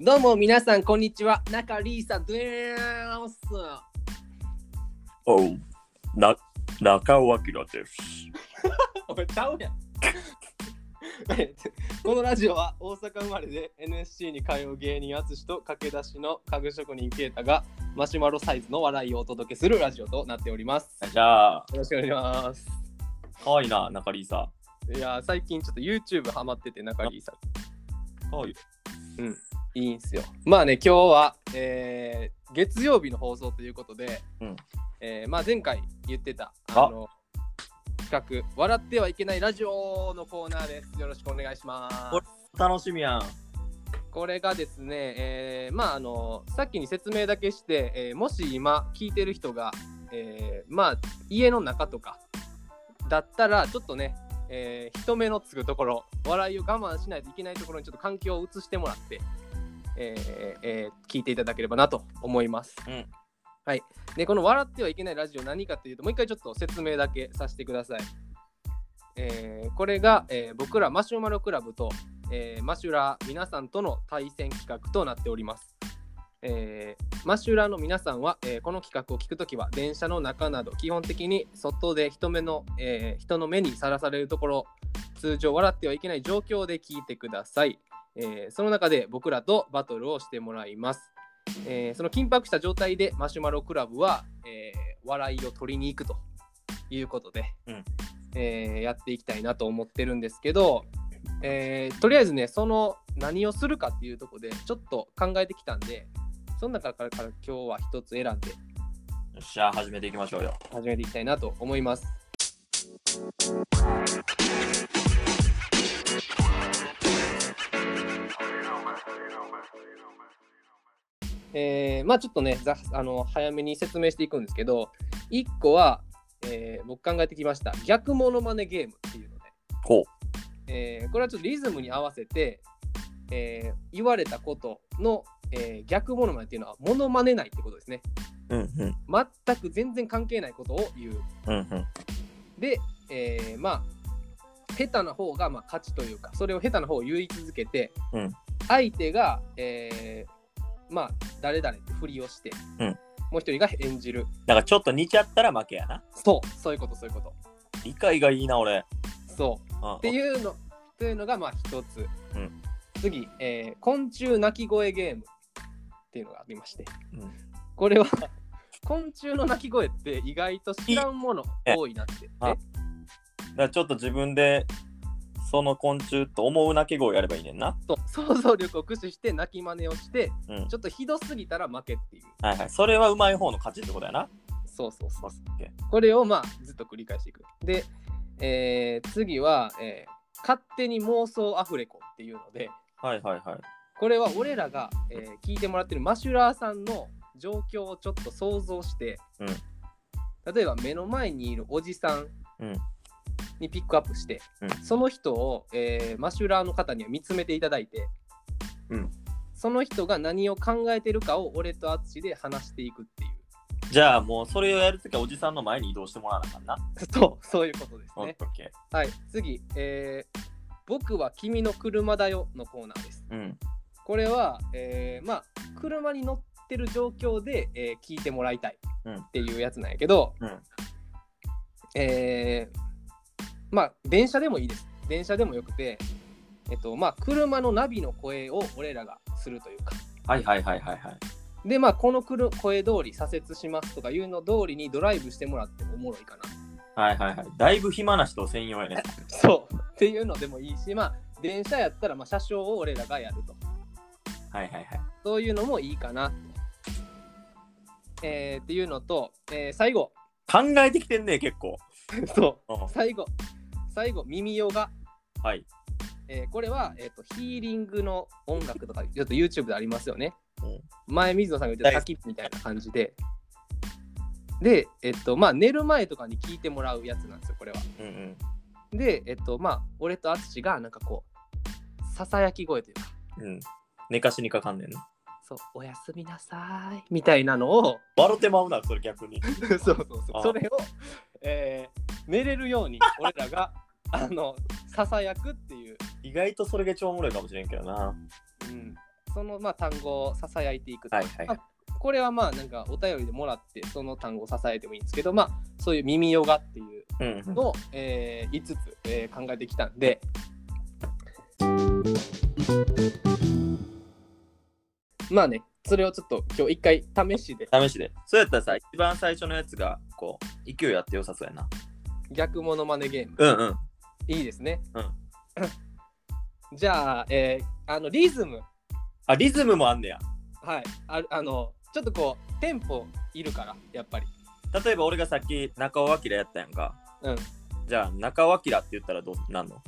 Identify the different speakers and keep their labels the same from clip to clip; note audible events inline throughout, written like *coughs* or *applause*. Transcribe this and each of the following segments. Speaker 1: どうも皆さん、こんにちは。中リーサです。
Speaker 2: おう、な、中尾明です。
Speaker 1: お前、ちゃうやん。 *laughs* このラジオは大阪生まれで NSC に通う芸人淳と駆け出しの家具職人啓太がマシュマロサイズの笑いをお届けするラジオとなっております。
Speaker 2: じゃあ、
Speaker 1: よろしくお願いします。
Speaker 2: かわいいな、中里さ
Speaker 1: いやー、最近ちょっと YouTube ハマってて、中リーサ
Speaker 2: ん。かわいい。
Speaker 1: いいんすよ。まあね、今日は、えー月曜日の放送ということで、
Speaker 2: うん
Speaker 1: えーまあ、前回言ってた、
Speaker 2: あ
Speaker 1: あの、企画、笑ってはいけないラジオのコーナーです。よろしくお願いします。
Speaker 2: 楽しみやん。
Speaker 1: これがですね、えーまあ、あの、さっきに説明だけして、えーもし今、聞いてる人が、えーまあ、家の中とかだったら、ちょっとね、えー人目のつくところ、笑いを我慢しないといけないところにちょっと環境を移してもらって、えーえー聞いていただければなと思います。
Speaker 2: うん
Speaker 1: はい、で、この笑ってはいけないラジオ、何かというと、もう一回ちょっと説明だけさせてください。えーこれが、えー僕らマシュマロクラブと、えーマシュラー皆さんとの対戦企画となっております。えーマシュラーの皆さんは、えーこの企画を聞くときは電車の中など基本的に外で人目の、えー人の目にさらされるところ通常笑ってはいけない状況で聞いてください、えーその中で僕らとバトルをしてもらいます、えーその緊迫した状態でマシュマロクラブは、えー笑いを取りに行くということで、
Speaker 2: うん
Speaker 1: えーやっていきたいなと思ってるんですけど、えーとりあえずねその何をするかっていうところでちょっと考えてきたんでその中からから今日は一つ選んで
Speaker 2: よっしゃ、始めていきましょうよ。
Speaker 1: 始めていきたいなと思います。えーまあちょっとねざあの早めに説明していくんですけど1個は、えー僕考えてきました逆モノマネゲームっていうので、
Speaker 2: ほう。
Speaker 1: えーこれはちょっとリズムに合わせて、えー言われたことの、えー逆モノマネっていうのはモノマネないってことですね
Speaker 2: うんうん。
Speaker 1: 全く全然関係ないことを言う。
Speaker 2: うんうん。
Speaker 1: で、えーまあ、下手な方がまあ勝ちというか、それを下手な方を言い続けて、
Speaker 2: うん
Speaker 1: 相手が、えーまあ、誰々ってふりをして、
Speaker 2: うん
Speaker 1: もう一人が演じる。
Speaker 2: なんかちょっと似ちゃったら負けやな。
Speaker 1: そう、そういうこと、そういうこと。
Speaker 2: 理解がいいな、俺。
Speaker 1: そう。
Speaker 2: うん
Speaker 1: っていうの、というのがまあ一つ。
Speaker 2: うん
Speaker 1: 次、えー昆虫鳴き声ゲームっていうのがありまして、
Speaker 2: うん
Speaker 1: これは *laughs* 昆虫の鳴き声って意外と知らんもの多いなって。
Speaker 2: あ
Speaker 1: え
Speaker 2: だからちょっと自分で、その昆虫と思う鳴き声をやればいいねんな。
Speaker 1: そう想像力を駆使して泣き真似をして、
Speaker 2: うん
Speaker 1: ちょっとひどすぎたら負けっていう
Speaker 2: はいはい。それはうまい方の勝ちってことやな。
Speaker 1: そうそうそう
Speaker 2: オッケー
Speaker 1: これをまあずっと繰り返していくで、えー次は、えー勝手に妄想アフレコ」っていうので
Speaker 2: はいはいはい。
Speaker 1: これは俺らが、えー聞いてもらってるマシュラーさんの状況をちょっと想像して、例えば目の前にいるおじさん
Speaker 2: うん
Speaker 1: にピックアップして、
Speaker 2: うん
Speaker 1: その人を、えーマシュラーの方には見つめていただいて、
Speaker 2: うん
Speaker 1: その人が何を考えてるかを俺と淳で話していくっていう
Speaker 2: じゃあもうそれをやるときはおじさんの前に移動してもらわなあかんな。
Speaker 1: *laughs* そうそういうことです
Speaker 2: オッ
Speaker 1: ね。
Speaker 2: ケ
Speaker 1: はい次、えー僕は君の車だよ」のコーナーです。
Speaker 2: ー。うん。
Speaker 1: これは、えーまあ車に乗ってる状況で、えー聞いてもらいたい
Speaker 2: うん
Speaker 1: っていうやつなんやけど、
Speaker 2: うん
Speaker 1: えーまあ電車でもいいです電車でもよくてえっとまあ車のナビの声を俺らがするというか
Speaker 2: はいはいはいはいはい。
Speaker 1: でまあこのくる声通り左折しますとかいうの通りにドライブしてもらってもおもろいかな
Speaker 2: はいはいはい。だいぶ暇な人専用やね。
Speaker 1: そうっていうのでもいいしまあ電車やったらまあ車掌を俺らがやると
Speaker 2: はいはいはい。
Speaker 1: そういうのもいいかなと。えーっていうのと、えー最後、 *laughs*
Speaker 2: 考えてきてんね、結構。
Speaker 1: そうう、
Speaker 2: ん
Speaker 1: 最後、最後、耳ヨガ。
Speaker 2: はい。
Speaker 1: えーこれは、えーと、ヒーリングの音楽とか、ちょっと YouTube でありますよね。
Speaker 2: うん
Speaker 1: 前、水野さんが言ってた
Speaker 2: はい
Speaker 1: 滝みたいな感じで。で、えっと、まあ、寝る前とかに聞いてもらうやつなんですよ、これは。
Speaker 2: うんうん。
Speaker 1: で、えっと、まあ、俺と淳が、なんかこう、ささやき声というか、
Speaker 2: うん。寝かしにかかんねんな。
Speaker 1: そう、おやすみなさい、みたいなのを、
Speaker 2: 笑ってまうな、それ逆
Speaker 1: *laughs*
Speaker 2: に。
Speaker 1: そうそうそう *laughs*
Speaker 2: あ
Speaker 1: それを、えー寝れるよう *laughs* に俺らがあのささやくっていう、
Speaker 2: 意外とそれが超おもろいかもしれんけどな。
Speaker 1: うんそのまあ単語をささやいていくと、
Speaker 2: はいはいはい
Speaker 1: まあこれはまあなんかお便りでもらってその単語をささやいてもいいんですけど、まあ、そういう耳ヨガっていう
Speaker 2: うんうん。
Speaker 1: のを、え5つ、えー考えてきたんで。まあね、それをちょっと今日一回試しで
Speaker 2: 試しで。そうやったらさ、一番最初のやつが、こう、勢いあって良さそうやな。
Speaker 1: 逆モノマネゲーム。
Speaker 2: うんうん。
Speaker 1: いいですね。 *coughs* じゃあ、えーあのリズム、
Speaker 2: あ、リズムもあんねや。
Speaker 1: はいある、あの、ちょっとこう、テンポいるから、やっぱり。
Speaker 2: 例えば俺がさっき中尾明やったやんか。
Speaker 1: うん。
Speaker 2: じゃあ中尾明って言ったらどうなんの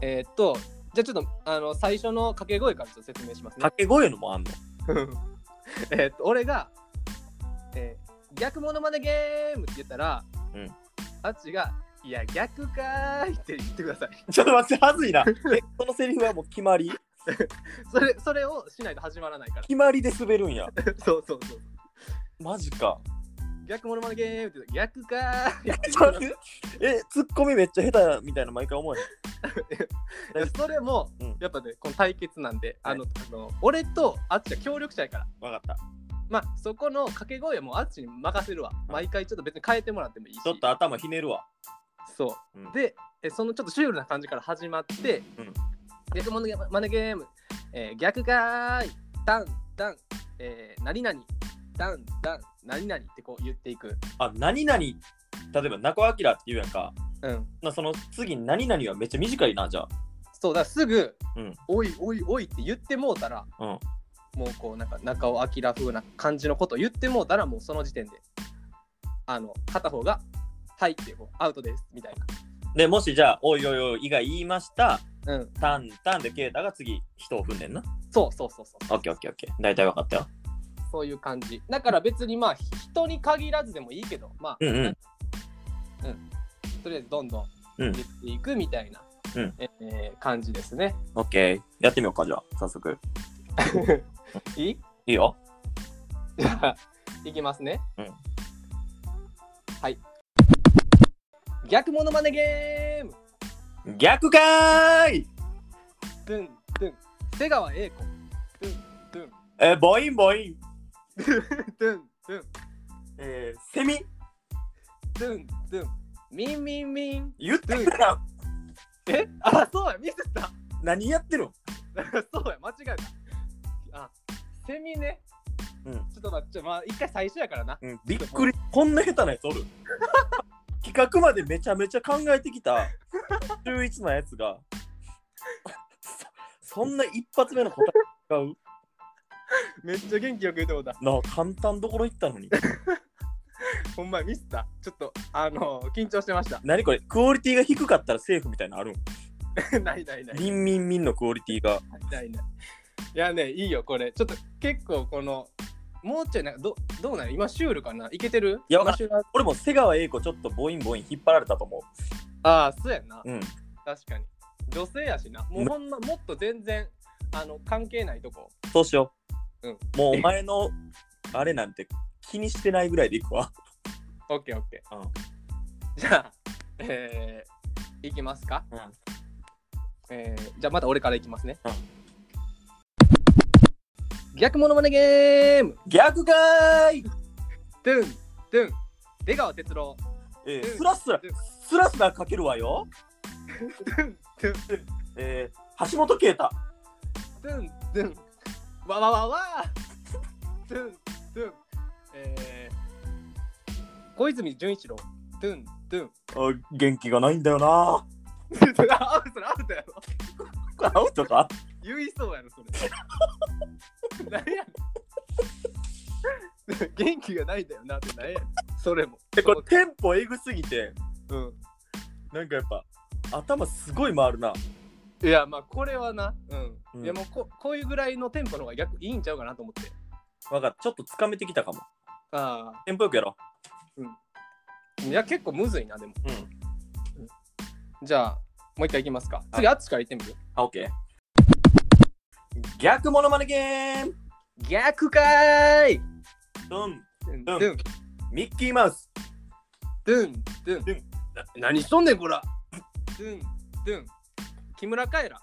Speaker 1: えーっと、じゃあちょっと、あの、最初の掛け声からちょっと説明しますね
Speaker 2: 掛。け声のもあんの *laughs*
Speaker 1: えーっと、俺が、えー逆モノマネゲームって言ったら、
Speaker 2: うん
Speaker 1: あっちが、いや、逆かーいって言ってくだ *laughs* さい。
Speaker 2: ちょっと待って、はずいな。えこのセリフはもう決まり
Speaker 1: それ、それをしないと始まらないから。
Speaker 2: 決まりで滑るんや。
Speaker 1: そうそうそう。
Speaker 2: マジか。
Speaker 1: 逆モノマネゲームって言ったら、逆かーいって言ってく
Speaker 2: ちょ
Speaker 1: だ
Speaker 2: っ
Speaker 1: さ
Speaker 2: と
Speaker 1: い
Speaker 2: 待って *laughs* え、ツッコミめっちゃ下手みたいな毎回思えへん。
Speaker 1: いやそれも、
Speaker 2: うん
Speaker 1: やっぱねこの対決なんで、
Speaker 2: は
Speaker 1: あ
Speaker 2: い
Speaker 1: のあの俺とあっちは協力者やから
Speaker 2: わかった。
Speaker 1: まあそこの掛け声はもうあっちに任せるわ毎回ちょっと別に変えてもらってもいいし
Speaker 2: ちょっと頭ひねるわ。
Speaker 1: そううんでえそのちょっとシュールな感じから始まって、
Speaker 2: うん
Speaker 1: 逆ものマネゲーム、えー逆かーいダンダン、えー、何々ダンダン何々ってこう言っていく
Speaker 2: あ、何々、例えば中尾明って言うやんか。
Speaker 1: うん
Speaker 2: なその次、何々はめっちゃ短いな、じゃあ。
Speaker 1: そうだからすぐ、
Speaker 2: うん
Speaker 1: おいおいおいって言ってもうたら、
Speaker 2: うん
Speaker 1: もうこうなんか中尾明風な感じのことを言ってもうたらもうその時点であの片方が「はい」ってこうアウトですみたい
Speaker 2: で、もしじゃあ、おいおいおい以外言いました。
Speaker 1: なうん
Speaker 2: タンタンでケイタが次、人を踏んでんな。
Speaker 1: そうそうそうそう
Speaker 2: オッケーオッケーオッケー。大体わかったよ。
Speaker 1: そういう感じだから別にまあ人に限らずでもいいけどまあ
Speaker 2: うんうん。
Speaker 1: とりあえずどんどん
Speaker 2: うん
Speaker 1: 言っていくみたいな、
Speaker 2: うん
Speaker 1: ええー感じですね
Speaker 2: オッケー。やってみようか、じゃあ、早速。
Speaker 1: *laughs* いい
Speaker 2: いいよ。
Speaker 1: じゃあいきますね
Speaker 2: うん
Speaker 1: はい逆モノマネゲーム
Speaker 2: 逆かーい
Speaker 1: ドゥンドゥン瀬川栄子ドゥンドゥン
Speaker 2: えー、ボインボイン。
Speaker 1: ドゥンドゥン
Speaker 2: えー、セミ。
Speaker 1: ドゥンドゥンミンミンミン
Speaker 2: 言ってるな。
Speaker 1: え *laughs* あそうやミスった *laughs*
Speaker 2: 何やってるん
Speaker 1: そうや間違えたあセミね
Speaker 2: うん
Speaker 1: ちょっと待ってちょまあ一回最初やからな
Speaker 2: うん、びっくり。こんな下手なやつおる *laughs* 企画までめちゃめちゃ考えてきた中一のやつが *laughs* そそんな一発目の答え使う
Speaker 1: めっちゃ元気よく言うてもうた
Speaker 2: なあ簡単どころいったのに
Speaker 1: ほんまやミスったちょっとあの緊張してました *laughs*
Speaker 2: 何これクオリティが低かったらセーフみたいなのあるん
Speaker 1: ないないない
Speaker 2: リンミンミンのクオリティが
Speaker 1: ないないいやねいいよこれちょっと結構このもうちょいなんかどどうなの今シュールかないけてる
Speaker 2: いやわからん
Speaker 1: シュール
Speaker 2: 俺も瀬川栄子ちょっとボインボイン引っ張られたと思
Speaker 1: ああそうやな
Speaker 2: ううん
Speaker 1: 確かに女性やしなもうほんまもっと全然あの関係ないとこ
Speaker 2: そうしよう、
Speaker 1: うん
Speaker 2: もうお前のあれなんて気にしてないぐらいでいくわ
Speaker 1: オッケーオッケー、
Speaker 2: うん
Speaker 1: じゃあえー、いきますか、
Speaker 2: うん
Speaker 1: えーじゃあまた俺からいきますね、
Speaker 2: うん
Speaker 1: 逆モノマネゲーム
Speaker 2: 逆かーい
Speaker 1: ドゥンドゥン出川哲朗
Speaker 2: えー、スラスラスラスラかけるわよ
Speaker 1: ドゥンドゥン
Speaker 2: えー、橋本啓太
Speaker 1: ドゥンドゥンわわわわドゥンドゥンえー、小泉純一郎ドゥンドゥン
Speaker 2: あ元気がないんだよな
Speaker 1: アウトだアウトやろ
Speaker 2: アウトか
Speaker 1: 言いそうやろそれ何やねん元気がないんだよなって何やねんそれも
Speaker 2: でこれテンポえぐすぎて
Speaker 1: うん
Speaker 2: なんかやっぱ頭すごい回るない
Speaker 1: やまあこれはなうん、
Speaker 2: うん
Speaker 1: いやもうここういうぐらいのテンポの方が逆いいんちゃうかなと思って
Speaker 2: わかったちょっとつかめてきたかも
Speaker 1: ああ
Speaker 2: テンポよくやろ
Speaker 1: いや結構むずいなでも
Speaker 2: ううん
Speaker 1: じゃあもう一回いきますか次あっちからいってみる
Speaker 2: あオッケー逆モノマネゲーム
Speaker 1: 逆かーい
Speaker 2: ドン
Speaker 1: ドゥンド
Speaker 2: ドゥン
Speaker 1: ゥン
Speaker 2: ミッキーマウス
Speaker 1: ドゥンドゥン
Speaker 2: ドゥン
Speaker 1: な何しとんねんこらドゥンドゥン木村カエラ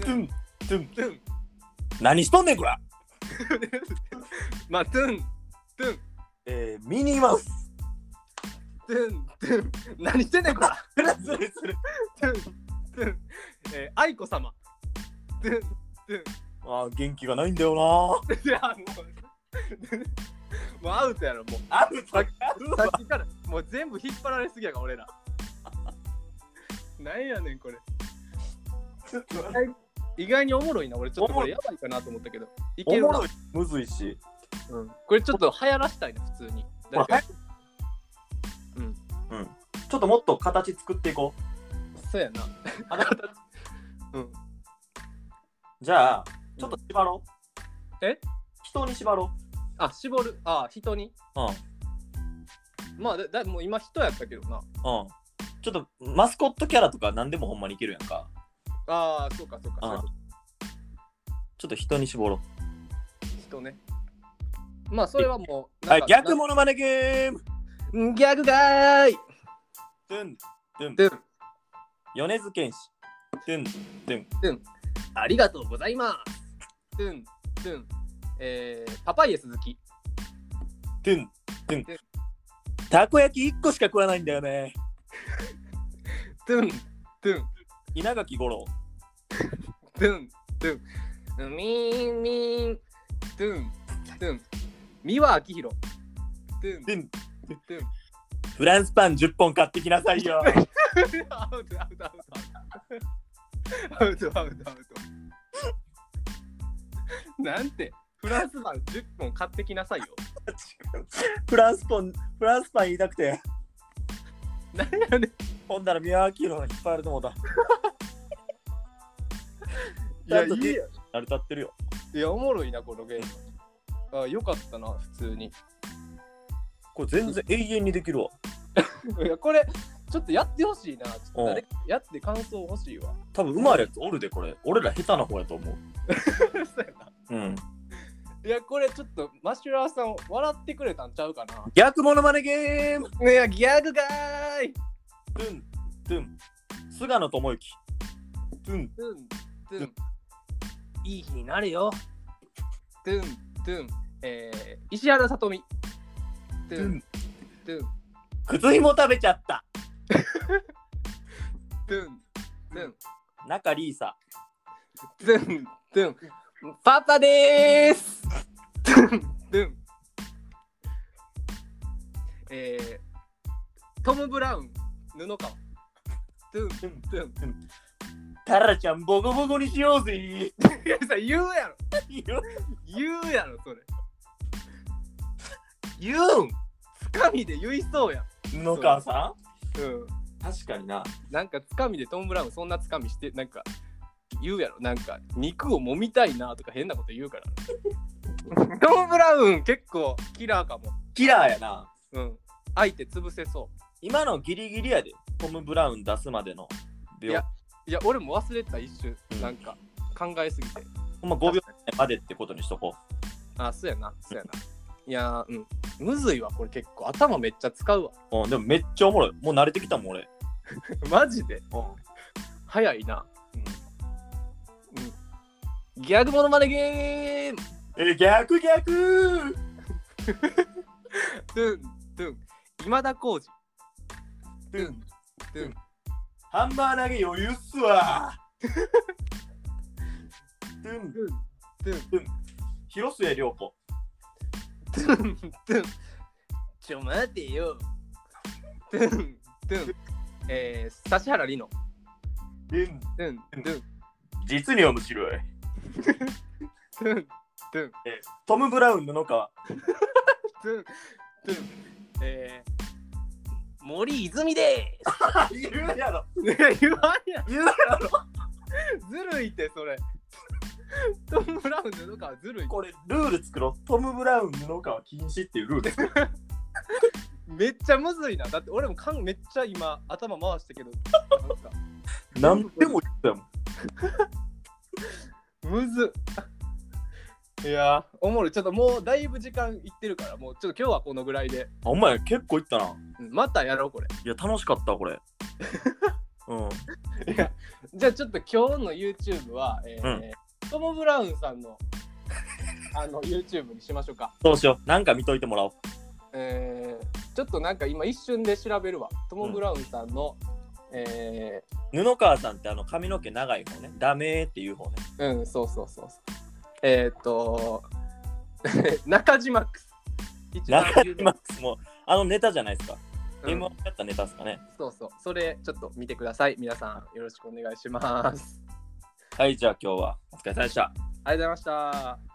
Speaker 2: ドゥンドゥン
Speaker 1: ドゥン *laughs*
Speaker 2: 何しとんねんこら
Speaker 1: まあ、トゥン、トゥン、
Speaker 2: えー、ミニマウス
Speaker 1: トゥン、トゥン。何してんねん、こら。
Speaker 2: ずれずれずれ
Speaker 1: トゥン、トゥン。えー、愛子様。トゥン、トゥン。
Speaker 2: *laughs* あー元気がないんだよ
Speaker 1: い *laughs* やもうもうアウトやろもう
Speaker 2: なある
Speaker 1: さっ
Speaker 2: ある
Speaker 1: さっきからもう全部引っ張られすぎやから俺らなんやねんこれ
Speaker 2: ちょっと待っ
Speaker 1: *laughs*
Speaker 2: て
Speaker 1: 意外におもろいな俺ちょっと
Speaker 2: おも
Speaker 1: こ
Speaker 2: ろい
Speaker 1: れやばいかなと思ったけどいけ
Speaker 2: お
Speaker 1: る
Speaker 2: も
Speaker 1: な
Speaker 2: ろいむずいし
Speaker 1: うん、これちょっと流行らしたいな普通に誰かうん
Speaker 2: うんちょっともっと形作っていこう
Speaker 1: そうやな
Speaker 2: あだから
Speaker 1: うん
Speaker 2: じゃあちょっと縛ろう
Speaker 1: え
Speaker 2: 人に縛ろ
Speaker 1: あ絞るあ人に
Speaker 2: ううんうん
Speaker 1: まあだだもう今人やったけどな
Speaker 2: ちょっとマスコットキャラとか何でもほんまにいけるやんか
Speaker 1: ああそうかそうかそう
Speaker 2: うん
Speaker 1: いうこ
Speaker 2: ちょっと人に絞ろ
Speaker 1: と人ねまあそれはもう
Speaker 2: う
Speaker 1: なん
Speaker 2: はい
Speaker 1: か
Speaker 2: 逆モノマネゲーム
Speaker 1: なんギャグがーい
Speaker 2: トゥントゥン
Speaker 1: ドゥン
Speaker 2: 米津玄師トゥン
Speaker 1: ありがとうございます。トゥン、トゥン、えー、パパイエ鈴木。
Speaker 2: トゥントゥン
Speaker 1: トゥン
Speaker 2: たこ焼き1個しか食わないんだよね
Speaker 1: トゥン、トゥン、
Speaker 2: 稲垣吾郎
Speaker 1: トゥン、トゥン。みーん、みーん、トゥン、トゥン。三輪明宏。トゥン、
Speaker 2: トゥン
Speaker 1: トゥン。
Speaker 2: フランスパン10本買ってきなさい *laughs* よ
Speaker 1: アウト、アウト、アウト。アウト、アウト、アウト。なんて、フランス版10本買ってきなさいよ。
Speaker 2: フランスパンフランスパン言いたくて
Speaker 1: なんやねん。
Speaker 2: ほんなら宮脇宏の引っ張ると思った
Speaker 1: いや、い
Speaker 2: ちゃんと
Speaker 1: いや。
Speaker 2: 成り立ってるよ
Speaker 1: いや、おもろいな、このゲーム。あ、よかったな、普通に。
Speaker 2: これ全然永遠にできるわ
Speaker 1: いやこれちょっとやってほしいな。ちょっと誰
Speaker 2: う
Speaker 1: かやって感想欲しいわ。
Speaker 2: 多分うまいやつおるでこれ俺ら下手な方やと思ううん
Speaker 1: いやこれちょっとマシュラーさん笑ってくれたんちゃうかな。
Speaker 2: 逆モノマネゲーム
Speaker 1: いやギャグがーい。
Speaker 2: トゥントゥン菅野智之トゥン
Speaker 1: トゥントゥン。いい日になれよ。トゥントゥン。えー、石原さとみ。ト
Speaker 2: ト
Speaker 1: ゥ
Speaker 2: ゥ
Speaker 1: ン
Speaker 2: ン
Speaker 1: トゥン
Speaker 2: 靴ひも食べちゃった
Speaker 1: トゥントゥン
Speaker 2: 中リーサ
Speaker 1: トゥントゥン。パパでーす。トゥントゥン。えー、トム・ブラウン、布川。トゥン
Speaker 2: トゥン
Speaker 1: トゥン。
Speaker 2: タラちゃんボコボコにしよう *laughs* ぜ
Speaker 1: いや *laughs* さ言うやろ言うやろそれ
Speaker 2: 言うん
Speaker 1: つかみで言いそうやん
Speaker 2: 布川さ
Speaker 1: うん
Speaker 2: ん確かにな
Speaker 1: なんかつかみでトム・ブラウンそんなつかみしてなんか言うやろなんか肉を揉みたいなとか変なこと言うから
Speaker 2: *laughs*
Speaker 1: トム・ブラウン結構キラーかも
Speaker 2: キラーやな
Speaker 1: うん相手潰せそ
Speaker 2: 今のギリギリやでトム・ブラウン出すまでの
Speaker 1: い
Speaker 2: 秒
Speaker 1: やういや俺も忘れてた一瞬
Speaker 2: うん
Speaker 1: なんか考えすぎて
Speaker 2: ほんま5秒までってことにしとこ
Speaker 1: あそうやなそうやないやーうんむずいわこれ結構頭めっちゃ使うわ *laughs*
Speaker 2: う、うん、でもめっちゃおもろいもう慣れてきたもん俺、
Speaker 1: マジで早いなギャグモノマネゲーム
Speaker 2: え逆逆
Speaker 1: トゥントゥン今田耕司
Speaker 2: トゥン
Speaker 1: トゥン
Speaker 2: ハンマー投げ余裕っすわトゥン
Speaker 1: トゥントゥン
Speaker 2: 広末涼子
Speaker 1: トゥントゥンちょ待てよトゥントゥンえー、指原莉乃
Speaker 2: トゥン
Speaker 1: トゥントゥン
Speaker 2: 実に面白い
Speaker 1: トゥントゥン
Speaker 2: トム・ブラウン布川
Speaker 1: トゥントゥンえー、森泉で
Speaker 2: 言うやろ
Speaker 1: ーすね言わんやん
Speaker 2: 言うやろ
Speaker 1: ずるいってそれトム・ブラウンのかはずるい
Speaker 2: これルール作ろうトム・ブラウン布川禁止っていうルール作ろ
Speaker 1: めっちゃむずいなだって俺もかんめっちゃ今頭回したけど *laughs* なんか
Speaker 2: う何でも言ったやもん
Speaker 1: むず *laughs* っいやーおもろいちょっともうだいぶ時間いってるからもうちょっと今日はこのぐらいで、
Speaker 2: あお前結構いったな
Speaker 1: うんまたやろうこれ
Speaker 2: いや楽しかったこれうん
Speaker 1: じゃあちょっと今日の YouTube は、えー
Speaker 2: うん
Speaker 1: トム・ブラウンさんの *laughs* あの YouTube にしましょうか。
Speaker 2: そうしよう。なんか見といてもらおう。
Speaker 1: えーちょっとなんか今一瞬で調べるわ。トム・ブラウンさんの、え
Speaker 2: 布川さんってあの髪の毛長い方ね。ダメーっていう方ね。
Speaker 1: ーうん、そうそうそうそう。えーっと、 *laughs* 中島クス。一番
Speaker 2: 中
Speaker 1: 有名
Speaker 2: 島もうあのネタじゃないですか。
Speaker 1: うん
Speaker 2: M1 だったネタですかね。
Speaker 1: そうそう。それちょっと見てください。皆さんよろしくお願いします。
Speaker 2: はい、じゃあ今日はお疲れ様でした。
Speaker 1: ありがとうございました。